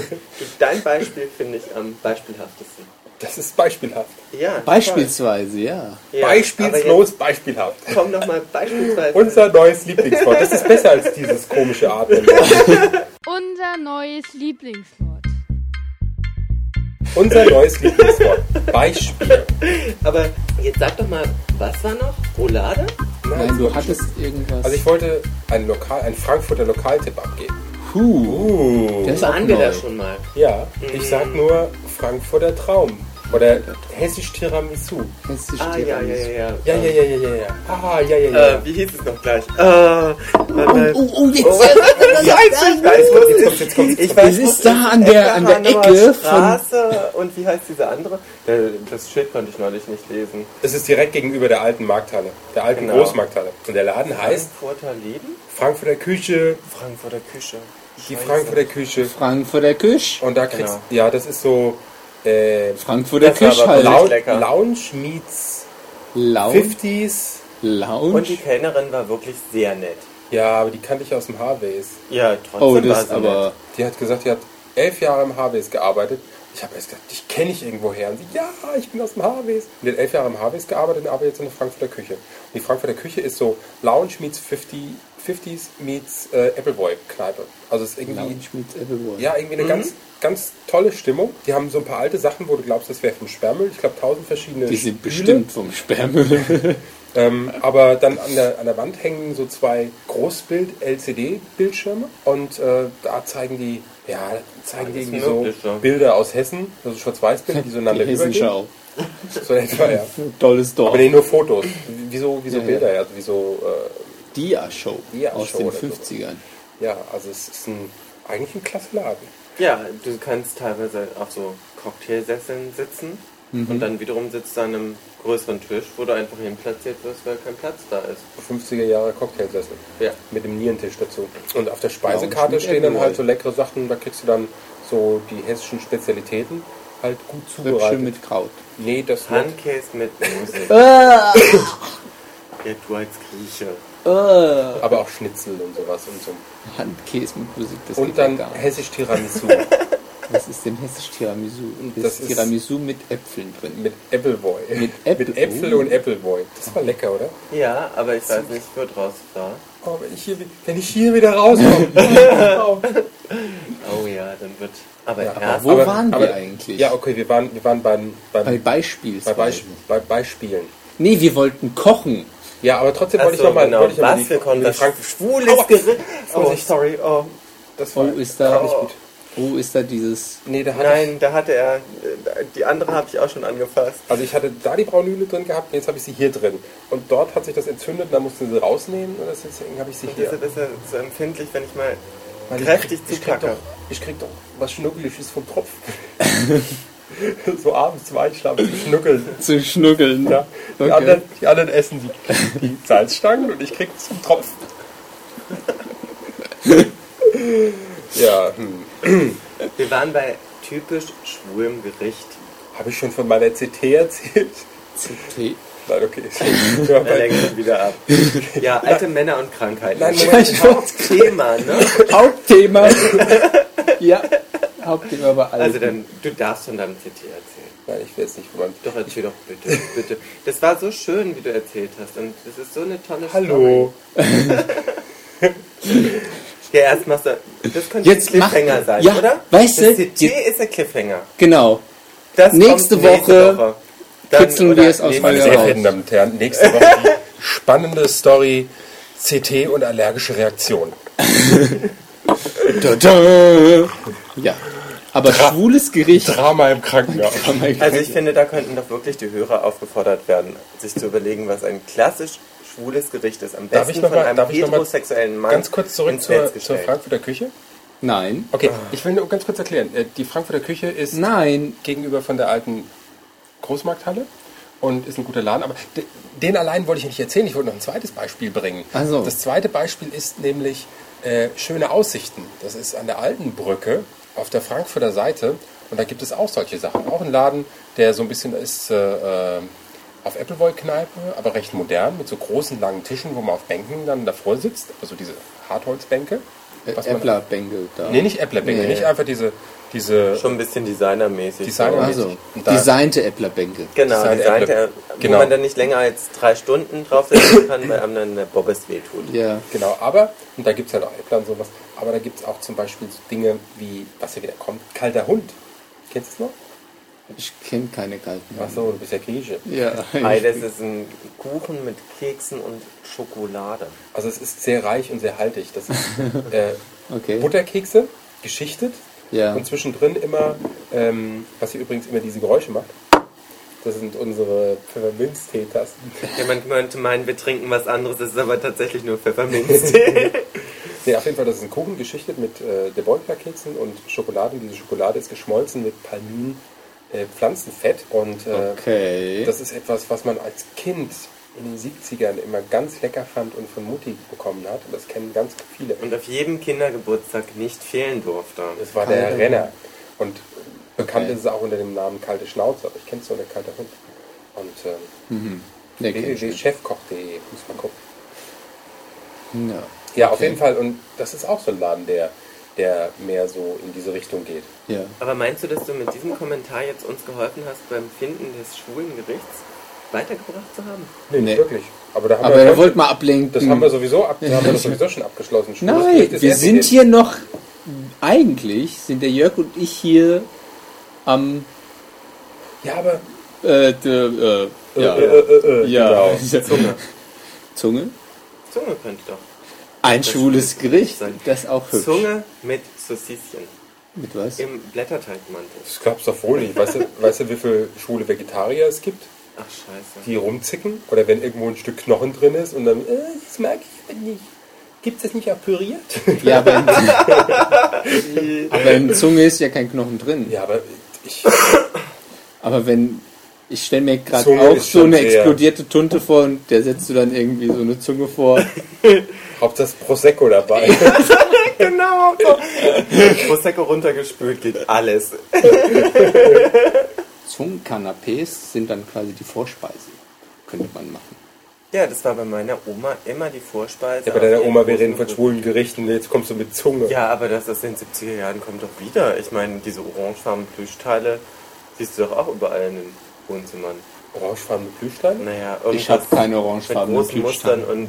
Speaker 4: Dein Beispiel finde ich am beispielhaftesten.
Speaker 1: das ist beispielhaft.
Speaker 4: Ja.
Speaker 3: Beispielsweise, ja.
Speaker 4: voll. Ja,
Speaker 1: Beispielslos beispielhaft.
Speaker 4: aber jetzt Komm nochmal beispielsweise.
Speaker 1: Unser neues Lieblingswort. Das ist besser als dieses komische Atmen.
Speaker 5: Unser neues Lieblingswort.
Speaker 1: Unser neues Lieblingswort. Beispiel.
Speaker 4: aber jetzt sag doch mal, was war noch? Roulade?
Speaker 3: Nein, du hattest irgendwas.
Speaker 1: Also ich wollte einen, Lokal, einen Frankfurter Lokaltipp abgeben.
Speaker 3: Huh,
Speaker 1: Uh.
Speaker 3: das ist auch
Speaker 4: Waren wir
Speaker 3: neu.
Speaker 4: da schon mal?
Speaker 1: Ja, ich sag nur Frankfurter Traum. Oder hessisch Tiramisu.
Speaker 3: Das ist
Speaker 4: Ah, ja, ja, ja, ja.
Speaker 1: Ja, ja, ja, ja, ja, ja. Ah, ja, ja, ja.
Speaker 4: Äh, wie hieß es noch gleich? Ah, äh,
Speaker 3: Oh, oh, jetzt, jetzt,
Speaker 4: ich weiß, wo es ist.
Speaker 1: Jetzt kommt's.
Speaker 4: Ich
Speaker 3: Das ist da an der, an der
Speaker 4: Hanauer
Speaker 3: Ecke von
Speaker 4: Straße und wie heißt diese andere? Äh, Das Schild konnte ich neulich nicht lesen.
Speaker 1: Es ist direkt gegenüber der alten Markthalle. Der alten
Speaker 4: Genau.
Speaker 1: Großmarkthalle. Und der Laden heißt
Speaker 4: Frankfurter Leben?
Speaker 1: Frankfurter Küche.
Speaker 4: Frankfurter Küche.
Speaker 1: Die Frankfurter Küche.
Speaker 3: Frankfurter Küche.
Speaker 1: Und da kriegst
Speaker 4: Genau.
Speaker 1: ja, das ist so Äh,
Speaker 3: Frankfurter
Speaker 4: Das war aber
Speaker 3: Kirsch halt.
Speaker 4: laut.
Speaker 1: Lounge,
Speaker 4: lecker.
Speaker 1: Lounge Meets
Speaker 3: Lounge.
Speaker 1: 50s.
Speaker 4: Und die
Speaker 3: Lounge.
Speaker 4: Kellnerin war wirklich sehr nett.
Speaker 1: Ja, aber die kannte ich aus dem Harveys.
Speaker 4: Ja, trotzdem
Speaker 3: Oh,
Speaker 4: war
Speaker 3: das
Speaker 4: sie
Speaker 3: ist aber.
Speaker 4: nett.
Speaker 1: Die hat gesagt, die hat elf Jahre im Harveys gearbeitet. Ich habe erst gesagt, dich kenne ich irgendwo her. Und sie, ja, ich bin aus dem Harveys. Und die hat elf Jahre im Harveys gearbeitet und arbeitet jetzt in der Frankfurter Küche. Und die Frankfurter Küche ist so Lounge meets 50, 50s meets äh, Appleboy-Kneipe. Also es ist irgendwie...
Speaker 3: Lounge Mhm. mit Everyone.
Speaker 1: Ja, irgendwie eine ganz, ganz tolle Stimmung. Die haben so ein paar alte Sachen, wo du glaubst, das wäre vom Sperrmüll. Ich glaube, tausend verschiedene
Speaker 3: Die sind
Speaker 1: Stühle.
Speaker 3: bestimmt vom Sperrmüll.
Speaker 1: Ähm, aber dann an der, an der Wand hängen so zwei Großbild-LCD-Bildschirme und äh, da zeigen die, ja, zeigen die
Speaker 4: Alles
Speaker 1: irgendwie so
Speaker 4: Mögliche.
Speaker 1: Bilder aus Hessen, also Schwarz-Weiß-Bilder, die so
Speaker 3: Die
Speaker 1: einander übergehen.
Speaker 3: Hessenschau.
Speaker 1: So etwa, ja.
Speaker 3: Tolles Dorf.
Speaker 1: Aber nee, nur Fotos. Wie so, wie so
Speaker 3: Ja, ja.
Speaker 1: Bilder, ja. Also wie so, äh,
Speaker 3: Dia-Show.
Speaker 1: Dia-Show
Speaker 3: Aus den
Speaker 1: oder so.
Speaker 3: 50ern.
Speaker 1: ja, also es ist ein, eigentlich ein klasse Laden.
Speaker 4: Ja, du kannst teilweise auf so Cocktailsesseln sitzen
Speaker 1: Mhm.
Speaker 4: und dann wiederum sitzt du an einem größeren Tisch, wo du einfach hin platziert wirst, weil kein Platz da ist.
Speaker 1: 50er Jahre Cocktailsessel.
Speaker 4: Ja.
Speaker 1: Mit dem Nierentisch dazu. Und auf der
Speaker 3: Ja,
Speaker 1: Speisekarte
Speaker 3: und
Speaker 1: stehen dann
Speaker 3: Schnitzel.
Speaker 1: halt so leckere Sachen, da kriegst du dann so die hessischen Spezialitäten halt gut zubereitet.
Speaker 3: Hübsche mit Kraut.
Speaker 1: Nee, das nicht.
Speaker 4: Handkäse mit Musik.
Speaker 1: Ah!
Speaker 4: ja, du als Grieche.
Speaker 1: Aber auch Schnitzel und sowas und so.
Speaker 3: Handkäse mit Musik. Das geht
Speaker 1: Und
Speaker 3: ja
Speaker 1: dann
Speaker 3: gar nicht.
Speaker 1: hessisch Tiramisu
Speaker 3: Was ist denn hessisch Tiramisu? Das,
Speaker 1: Das
Speaker 3: ist
Speaker 1: ist-
Speaker 3: Tiramisu mit Äpfeln drin.
Speaker 1: mit Appleboy.
Speaker 3: Mit Äpfel-
Speaker 1: mit Äpfel
Speaker 3: Oh.
Speaker 1: und Appleboy. Das war lecker, oder?
Speaker 4: Ja, aber ich weiß nicht, wo draus war.
Speaker 1: Oh, wenn ich hier, wi- wenn ich hier wieder rauskomme.
Speaker 4: Oh ja, dann wird. Aber
Speaker 1: Ja,
Speaker 4: erst.
Speaker 3: Wo waren wir eigentlich?
Speaker 1: Ja, okay, wir waren, wir waren beim, beim,
Speaker 3: Bei
Speaker 1: bei,
Speaker 3: Beispiels.
Speaker 1: Beisp- bei Beispielen.
Speaker 3: Nee, wir wollten kochen.
Speaker 1: Ja, aber trotzdem
Speaker 4: Ach
Speaker 1: wollte ich
Speaker 4: so,
Speaker 1: nochmal.
Speaker 4: genau.
Speaker 1: Wollte ich noch mal
Speaker 4: Was für Konvers-
Speaker 1: Schwules
Speaker 4: Gericht. Oh,
Speaker 1: Vorsicht.
Speaker 4: sorry. Oh.
Speaker 1: Das
Speaker 3: Wo
Speaker 1: war
Speaker 3: ist da,
Speaker 1: gar nicht gut.
Speaker 3: wo ist da dieses...
Speaker 1: Nee, da hatte
Speaker 4: Nein, da hatte er. Die andere habe ich auch schon angefasst.
Speaker 1: Ich, also ich hatte da die Braunhühle drin gehabt, jetzt habe ich sie hier drin. Und dort hat sich das entzündet, da mussten sie rausnehmen und deswegen habe ich sie
Speaker 4: Und
Speaker 1: hier.
Speaker 4: deshalb ist er so empfindlich, wenn ich mal
Speaker 1: Weil ich
Speaker 4: kräftig
Speaker 1: krieg- ich krieg
Speaker 4: zupacke.
Speaker 1: doch- Ich krieg doch was Schnuckeliges vom Tropf. so abends zum Einschlafen zu schnuckeln.
Speaker 3: Zu schnuckeln.
Speaker 1: Ja. Die,
Speaker 3: Okay.
Speaker 1: anderen, die anderen essen die, die Salzstangen und ich krieg es vom Tropf. ja, hm.
Speaker 4: Wir waren bei typisch schwulem Gericht.
Speaker 1: habe ich schon von meiner CT erzählt?
Speaker 3: Tee.
Speaker 1: Nein, okay. Ja,
Speaker 4: Da
Speaker 1: weil-
Speaker 4: lenken wir wieder ab. Ja, alte Männer und Krankheiten.
Speaker 1: Nein,
Speaker 4: Das
Speaker 1: Moment.
Speaker 4: ist ein Hauptthema, ne?
Speaker 3: Hauptthema. ja, Hauptthema bei allen.
Speaker 4: Also dann, du darfst von deinem CT erzählen.
Speaker 1: Nein, ich will jetzt nicht von meinem
Speaker 4: Doch, erzähl doch bitte, bitte. Das war so schön, wie du erzählt hast. Und das ist so eine tolle
Speaker 1: Hallo.
Speaker 4: Story. Ja, erst machst du... Das könnte
Speaker 3: Jetzt
Speaker 4: ein Cliffhanger
Speaker 3: mach-
Speaker 4: sein,
Speaker 3: ja,
Speaker 4: oder?
Speaker 3: weißt du,
Speaker 4: das CT
Speaker 3: jetzt-
Speaker 4: ist der Cliffhanger.
Speaker 3: genau.
Speaker 4: Das
Speaker 3: Nächste
Speaker 4: kommt nächste
Speaker 3: Woche
Speaker 4: Woche. Dann-
Speaker 3: kitzeln
Speaker 4: oder-
Speaker 3: wir es aus
Speaker 4: nee,
Speaker 1: Meine
Speaker 3: Ja.
Speaker 1: sehr
Speaker 4: warte,
Speaker 1: verehrten Damen und Herren, nächste Woche die spannende Story CT und allergische Reaktion.
Speaker 3: Tada. Ja. Aber schwules Gericht.
Speaker 1: Drama im Krankenhaus.
Speaker 4: Also ich finde, da könnten doch wirklich die Hörer aufgefordert werden, sich zu überlegen, was ein klassisch schwules Gericht ist. Am
Speaker 1: Darf
Speaker 4: besten
Speaker 1: ich noch
Speaker 4: von
Speaker 1: mal-
Speaker 4: einem
Speaker 1: darf ich noch mal
Speaker 4: heterosexuellen Mann
Speaker 1: Ganz kurz zurück
Speaker 4: ins Netz
Speaker 1: zur, zur
Speaker 4: gestellt.
Speaker 1: Frankfurter Küche.
Speaker 3: Nein.
Speaker 1: Okay, ich will nur ganz kurz erklären. Äh, Die Frankfurter Küche ist
Speaker 3: Nein.
Speaker 1: gegenüber von der alten Großmarkthalle und ist ein guter Laden. Aber de- den allein wollte ich nicht erzählen. Ich wollte noch ein zweites Beispiel bringen.
Speaker 3: Ach so.
Speaker 1: Das zweite Beispiel ist nämlich äh, schöne Aussichten. Das ist an der alten Brücke auf der Frankfurter Seite. Und da gibt es auch solche Sachen. Auch ein Laden, der so ein bisschen ist äh, äh, auf Appleboy-Kneipe, aber recht modern, mit so großen langen Tischen, wo man auf Bänken dann davor sitzt. Also diese Hartholzbänke. Was man-
Speaker 3: Äppler-Bengel äh, da.
Speaker 1: Nee, nicht Äpplerbänke,
Speaker 3: Nee.
Speaker 1: nicht einfach diese, diese
Speaker 4: Schon ein bisschen designermäßig. ne?
Speaker 1: Designer-
Speaker 3: Also,
Speaker 1: Und da-
Speaker 3: designte Äppler-Bänke.
Speaker 4: Genau,
Speaker 1: Design-
Speaker 4: Design,
Speaker 1: Apple.
Speaker 4: der,
Speaker 1: Genau.
Speaker 4: wo man dann nicht länger als drei Stunden drauf sitzen kann, weil einem dann der Bobbes wehtut.
Speaker 3: Ja.
Speaker 1: Genau, aber, und da gibt es halt auch Äppler und sowas, aber da gibt es auch zum Beispiel so Dinge wie, was hier wieder kommt, kalter Hund. Kennst du es noch?
Speaker 3: Ich kenne keine kalten.
Speaker 1: Achso, du bist ja Grieche.
Speaker 3: Ja.
Speaker 4: Ei, das ist ein Kuchen mit Keksen und Schokolade.
Speaker 1: Also es ist sehr reich und sehr haltig. Das ist äh,
Speaker 3: Okay.
Speaker 1: Butterkekse, geschichtet
Speaker 3: Ja.
Speaker 1: und zwischendrin immer, ähm, was hier übrigens immer diese Geräusche macht. Das sind unsere Pfefferminzteetassen.
Speaker 4: Ja, man könnte meinen, wir trinken was anderes, das ist aber tatsächlich nur Pfefferminztee.
Speaker 1: Nee, auf jeden Fall, das ist ein Kuchen geschichtet mit äh, der Keksen und Schokolade. Und diese Schokolade ist geschmolzen mit Palmin, äh, Pflanzenfett. Und äh,
Speaker 3: Okay.
Speaker 1: das ist etwas, was man als Kind in den 70ern immer ganz lecker fand und von Mutti bekommen hat. Und das kennen ganz viele.
Speaker 4: und auf jedem Kindergeburtstag nicht fehlen durfte.
Speaker 1: Das war der
Speaker 3: Keine
Speaker 1: Renner. Und Bekannt
Speaker 3: Okay.
Speaker 1: ist es auch unter dem Namen Kalte Schnauze, aber ich kenne es nur der Kalte Hund. Und ähm,
Speaker 3: Der kennt schon.
Speaker 1: www.chefkoch.de, muss man gucken.
Speaker 3: Ja.
Speaker 1: Ja, auf
Speaker 3: Okay.
Speaker 1: jeden Fall. Und das ist auch so ein Laden, der, der mehr so in diese Richtung geht.
Speaker 3: ja.
Speaker 4: Aber meinst du, dass du mit diesem Kommentar jetzt uns geholfen hast, beim Finden des schwulen Gerichts weitergebracht zu haben?
Speaker 1: Nee,
Speaker 3: Nee.
Speaker 1: nicht wirklich. Aber da haben
Speaker 3: Aber
Speaker 1: wir
Speaker 3: er wollte mal ablenken.
Speaker 1: das haben wir sowieso ab, da haben wir das sowieso schon abgeschlossen. Schwules
Speaker 3: Nein,
Speaker 1: Gericht ist
Speaker 3: wir
Speaker 1: erst
Speaker 3: sind
Speaker 1: in-
Speaker 3: hier noch. Eigentlich sind der Jörg und ich hier am.
Speaker 1: Ja, aber
Speaker 3: Äh, de, äh, ja, Genau.
Speaker 1: Äh, äh, äh,
Speaker 3: ja.
Speaker 4: Zunge.
Speaker 3: Zunge.
Speaker 4: Zunge könnte doch.
Speaker 3: Ein schwules Gericht,
Speaker 4: sein.
Speaker 3: das auch hübsch.
Speaker 4: Zunge mit Saucischen
Speaker 3: Mit was?
Speaker 4: im Blätterteigmantel.
Speaker 1: das gab's doch wohl nicht. Weißt du, weißt du, wie viele schwule Vegetarier es gibt,
Speaker 4: Ach, scheiße.
Speaker 1: die rumzicken? Oder wenn irgendwo ein Stück Knochen drin ist und dann, äh, das mag ich aber nicht. Gibt's das nicht auch püriert?
Speaker 3: Ja, aber in, aber in Zunge ist ja kein Knochen drin.
Speaker 1: ja, aber ich,
Speaker 3: Aber wenn. Ich stelle mir gerade
Speaker 1: Zunge
Speaker 3: auch
Speaker 1: ist
Speaker 3: so
Speaker 1: schon
Speaker 3: eine
Speaker 1: sehr-
Speaker 3: explodierte Tunte vor und der setzt du dann irgendwie so eine Zunge vor.
Speaker 1: Hauptsache Prosecco dabei.
Speaker 4: Genau. so. Prosecco runtergespült geht alles.
Speaker 3: Zungenkanapés sind dann quasi die Vorspeise. Könnte man machen.
Speaker 4: Ja, das war bei meiner Oma immer die Vorspeise.
Speaker 1: Ja, bei deiner Oma, wir reden von schwulen Gerichten, jetzt kommst du mit Zunge.
Speaker 4: Ja, aber das aus den 70er Jahren kommt doch wieder. Ich meine, diese orangefarbenen Plüschteile siehst du doch auch überall in den Wohnzimmern.
Speaker 1: Orangefarbene Plüschstein?
Speaker 4: Naja,
Speaker 3: Ich habe keine
Speaker 4: mit
Speaker 3: orangefarbenen
Speaker 4: großen
Speaker 3: Plüschteile.
Speaker 4: Mustern und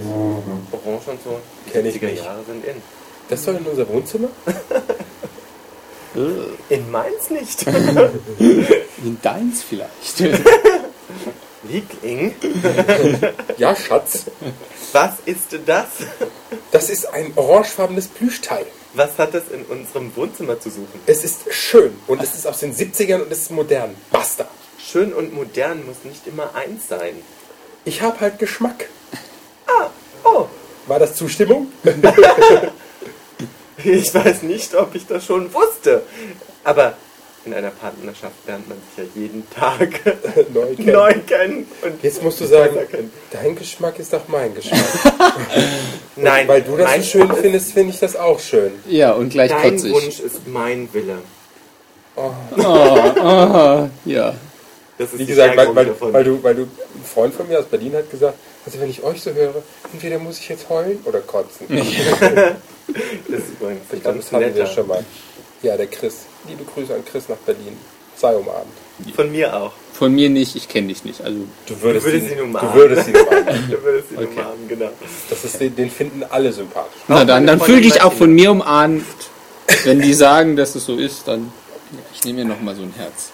Speaker 4: Orange und so.
Speaker 1: Kenn ich
Speaker 4: 70er
Speaker 1: nicht.
Speaker 4: Jahre sind in.
Speaker 1: Das soll in unser Wohnzimmer?
Speaker 4: In Mainz nicht.
Speaker 3: In deins vielleicht.
Speaker 4: Liebling,
Speaker 1: Ja, Schatz.
Speaker 4: was ist das?
Speaker 1: Das ist ein orangefarbenes Plüschteil.
Speaker 4: Was hat das in unserem Wohnzimmer zu suchen?
Speaker 1: Es ist schön und es ist aus den 70ern und es ist modern. Basta.
Speaker 4: Schön und modern muss nicht immer eins sein.
Speaker 1: Ich habe halt Geschmack.
Speaker 4: Oh,
Speaker 1: War das Zustimmung?
Speaker 4: Ich weiß nicht, ob ich das schon wusste. Aber in einer Partnerschaft lernt man sich ja jeden Tag
Speaker 1: Neu kennen.
Speaker 4: neu kennen. Und
Speaker 1: Jetzt musst du sagen,
Speaker 4: kennen.
Speaker 1: dein Geschmack ist auch mein Geschmack.
Speaker 4: nein,
Speaker 1: Weil du das
Speaker 4: mein,
Speaker 1: so schön findest, finde ich das auch schön.
Speaker 3: ja, und gleich
Speaker 4: Dein
Speaker 3: kotzig.
Speaker 4: Wunsch ist mein Wille.
Speaker 3: Ja.
Speaker 4: Das ist
Speaker 1: Wie gesagt,
Speaker 4: die
Speaker 1: weil,
Speaker 4: Steigerung
Speaker 1: weil,
Speaker 4: davon.
Speaker 1: weil, du, weil du, ein Freund von mir aus Berlin hat gesagt, also wenn ich euch so höre, entweder muss ich jetzt heulen oder kotzen.
Speaker 4: das ist übrigens ein
Speaker 1: Ich glaube, das
Speaker 4: ganz
Speaker 1: hatten wir
Speaker 4: netter.
Speaker 1: schon mal. Ja, der Chris. Liebe Grüße an Chris nach Berlin. Sei umarmt.
Speaker 4: Von mir auch.
Speaker 3: Von mir nicht, ich kenne dich nicht. Also
Speaker 1: Du würdest,
Speaker 4: Du würdest ihn umarmen.
Speaker 1: Du würdest ihn umarmen.
Speaker 4: Du würdest ihn umarmen, genau.
Speaker 1: Das ist, den, den finden alle sympathisch.
Speaker 3: na dann,
Speaker 4: meine
Speaker 3: dann fühl
Speaker 4: Freundin
Speaker 3: dich auch
Speaker 4: Martina.
Speaker 3: von mir umarmt. Wenn die sagen, dass es so ist, dann ja, ich nehme mir noch mal so ein Herz.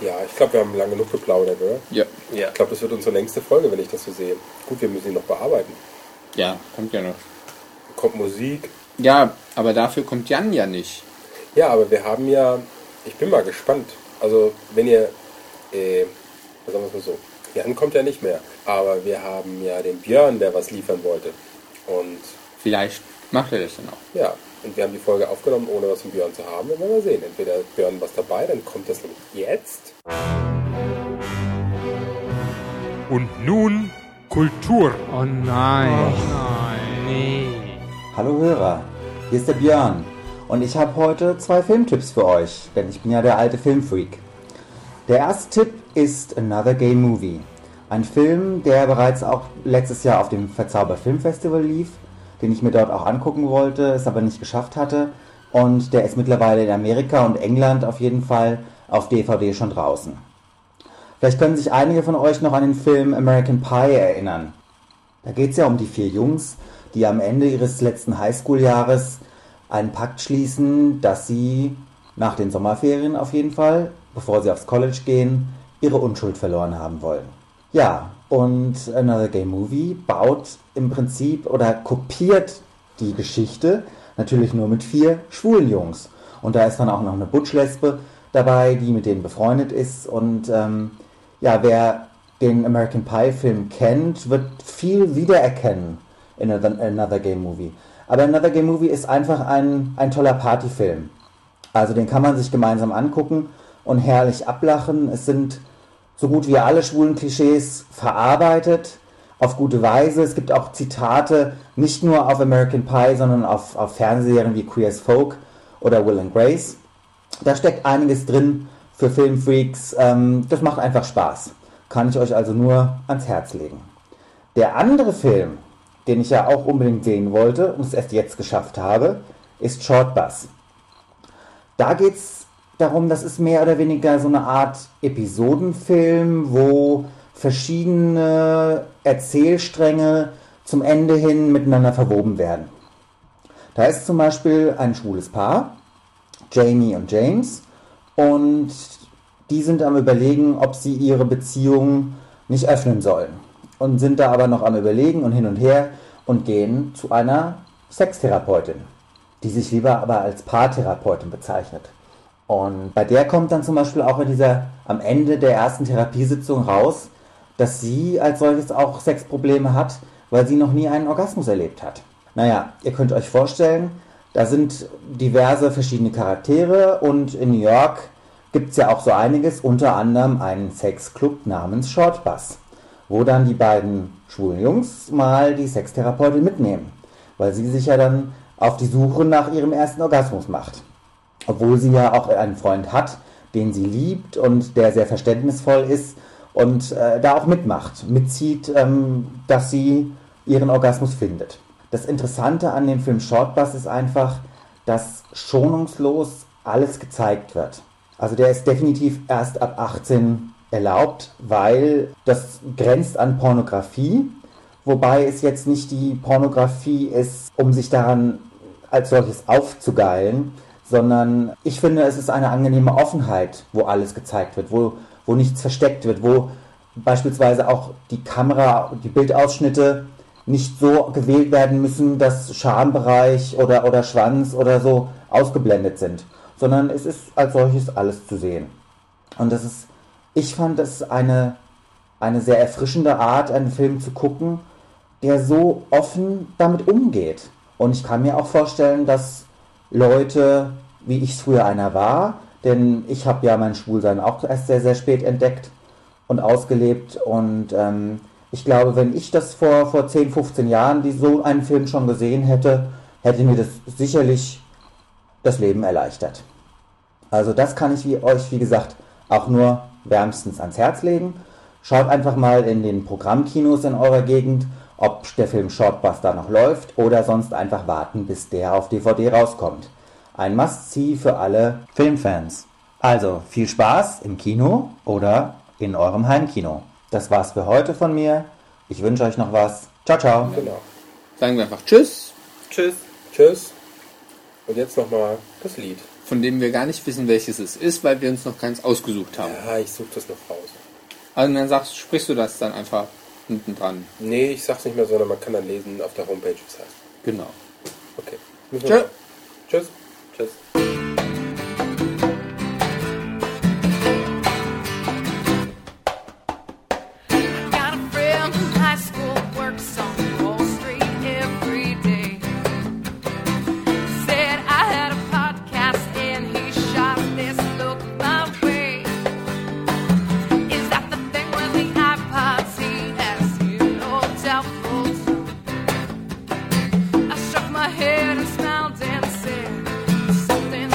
Speaker 1: Ja, ich glaube, wir haben lange genug geplaudert, oder?
Speaker 3: Ja.
Speaker 4: Ja.
Speaker 1: Ich glaube, das wird unsere längste Folge, wenn ich das so sehe. Gut, wir müssen ihn noch bearbeiten.
Speaker 3: Ja, kommt ja noch.
Speaker 1: Kommt Musik.
Speaker 3: Ja, aber dafür kommt Jan ja nicht.
Speaker 1: Ja, aber wir haben ja. Ich bin mal gespannt. Also, wenn ihr. Äh, sagen wir es mal so. Jan kommt ja nicht mehr. Aber wir haben ja den Björn, der was liefern wollte. Und
Speaker 3: Vielleicht macht er das dann auch.
Speaker 1: Ja, und wir haben die Folge aufgenommen, ohne was von Björn zu haben. Dann werden wir sehen. Entweder hat Björn was dabei, dann kommt das nämlich jetzt.
Speaker 7: Und nun Kultur.
Speaker 8: Oh nein. Oh
Speaker 9: Hallo Hörer, hier ist der Björn und ich habe heute zwei Filmtipps für euch, denn ich bin ja der alte Filmfreak. Der erste Tipp ist Another Gay Movie, ein Film, der bereits auch letztes Jahr auf dem Verzauber Film Festival lief, den ich mir dort auch angucken wollte, es aber nicht geschafft hatte und der ist mittlerweile in Amerika und England auf jeden Fall auf DVD schon draußen. Vielleicht können sich einige von euch noch an den Film American Pie erinnern. Da geht es ja um die vier Jungs, die am Ende ihres letzten Highschool-Jahres einen Pakt schließen, dass sie nach den Sommerferien auf jeden Fall, bevor sie aufs College gehen, ihre Unschuld verloren haben wollen. Ja, und Another Gay Movie baut im Prinzip oder kopiert die Geschichte, natürlich nur mit vier schwulen Jungs. Und da ist dann auch noch eine Butschlesbe dabei, die mit denen befreundet ist. Und ähm, ja, wer den American Pie Film kennt, wird viel wiedererkennen in Another- Another Gay Movie. Aber Another Gay Movie ist einfach ein, ein toller Partyfilm. Also den kann man sich gemeinsam angucken und herrlich ablachen. Es sind so gut wie alle schwulen Klischees verarbeitet auf gute Weise. Es gibt auch Zitate nicht nur auf American Pie, sondern auf, auf Fernsehserien wie Queer as Folk oder Will and Grace. Da steckt einiges drin, für Filmfreaks. Ähm, das macht einfach Spaß. Kann ich euch also nur ans Herz legen. Der andere Film, den ich ja auch unbedingt sehen wollte und es erst jetzt geschafft habe, ist Short Bus. Da geht es darum, das ist mehr oder weniger so eine Art Episodenfilm, wo verschiedene Erzählstränge zum Ende hin miteinander verwoben werden. Da ist zum Beispiel ein schwules Paar, Jamie und James, und die sind am Überlegen, ob sie ihre Beziehung nicht öffnen sollen. Und sind da aber noch am Überlegen und hin und her und gehen zu einer Sextherapeutin, die sich lieber aber als Paartherapeutin bezeichnet. Und bei der kommt dann zum Beispiel auch in dieser, am Ende der ersten Therapiesitzung raus, dass sie als solches auch Sexprobleme hat, weil sie noch nie einen Orgasmus erlebt hat. Naja, ihr könnt euch vorstellen, da sind diverse verschiedene Charaktere und in New York gibt es ja auch so einiges, unter anderem einen Sexclub namens Short Bus, wo dann die beiden schwulen Jungs mal die Sextherapeutin mitnehmen, weil sie sich ja dann auf die Suche nach ihrem ersten Orgasmus macht. Obwohl sie ja auch einen Freund hat, den sie liebt und der sehr verständnisvoll ist und äh, da auch mitmacht, mitzieht, ähm, dass sie ihren Orgasmus findet. Das Interessante an dem Film Short Bus ist einfach, dass schonungslos alles gezeigt wird. Also der ist definitiv erst ab 18 erlaubt, weil das grenzt an Pornografie, wobei es jetzt nicht die Pornografie ist, um sich daran als solches aufzugeilen, sondern ich finde, es ist eine angenehme Offenheit, wo alles gezeigt wird, wo, wo nichts versteckt wird, wo beispielsweise auch die Kamera, die Bildausschnitte nicht so gewählt werden müssen, dass Schambereich oder, oder Schwanz oder so ausgeblendet sind, sondern es ist als solches alles zu sehen. Und das ist, ich fand das eine, eine sehr erfrischende Art, einen Film zu gucken, der so offen damit umgeht. Und ich kann mir auch vorstellen, dass Leute, wie ich es früher einer war, denn ich habe ja mein Schwulsein auch erst sehr, sehr spät entdeckt und ausgelebt. Und ähm, ich glaube, wenn ich das vor, vor 10, 15 Jahren, die so einen Film schon gesehen hätte, hätte mir das sicherlich das Leben erleichtert. Also das kann ich wie euch, wie gesagt, auch nur wärmstens ans Herz legen. Schaut einfach mal in den Programmkinos in eurer Gegend, ob der Film Shortbus da noch läuft oder sonst einfach warten, bis der auf DVD rauskommt. Ein Must-See für alle Filmfans. Also viel Spaß im Kino oder in eurem Heimkino. Das war's für heute von mir. Ich wünsche euch noch was. Ciao, ciao.
Speaker 1: Genau.
Speaker 3: Sagen wir einfach Tschüss,
Speaker 4: Tschüss.
Speaker 1: Tschüss. Und jetzt nochmal das Lied.
Speaker 3: von dem wir gar nicht wissen, welches es ist, weil wir uns noch keins ausgesucht haben.
Speaker 1: Ah, ich suche das noch raus.
Speaker 3: Also dann sagst, sprichst du das dann einfach hinten dran.
Speaker 1: Nee, ich sag's nicht mehr, sondern man kann dann lesen auf der Homepage, wie es heißt.
Speaker 3: Genau.
Speaker 1: Okay. Müssen
Speaker 3: Tschö.
Speaker 1: wir- Tschüss.
Speaker 4: Tschüss.
Speaker 2: Got a friend from high school, works on Wall Street every day. Said I had a podcast and he shot this look my way. Is that the thing with the iPods? He asked, you know, doubtful. I shook my head and smiled and said something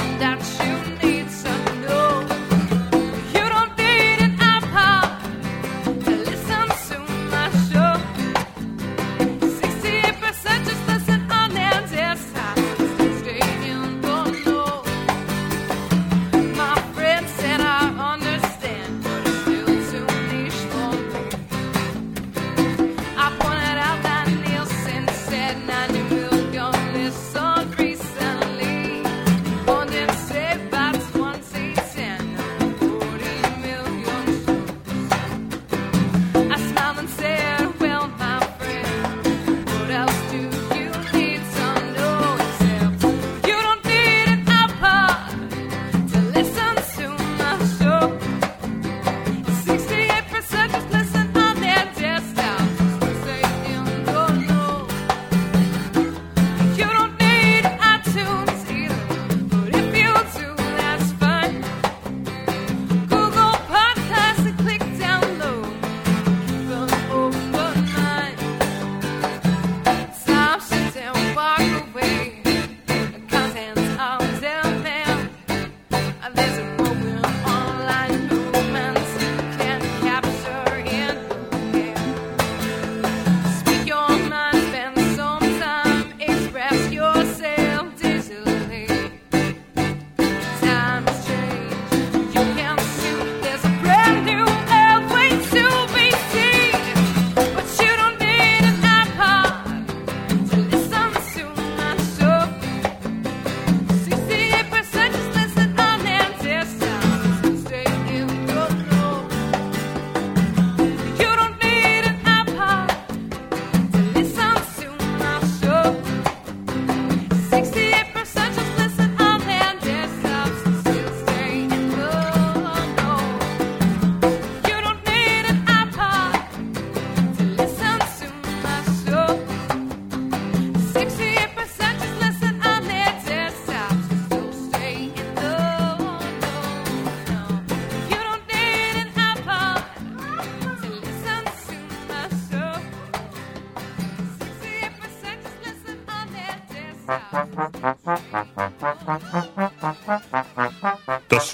Speaker 7: Das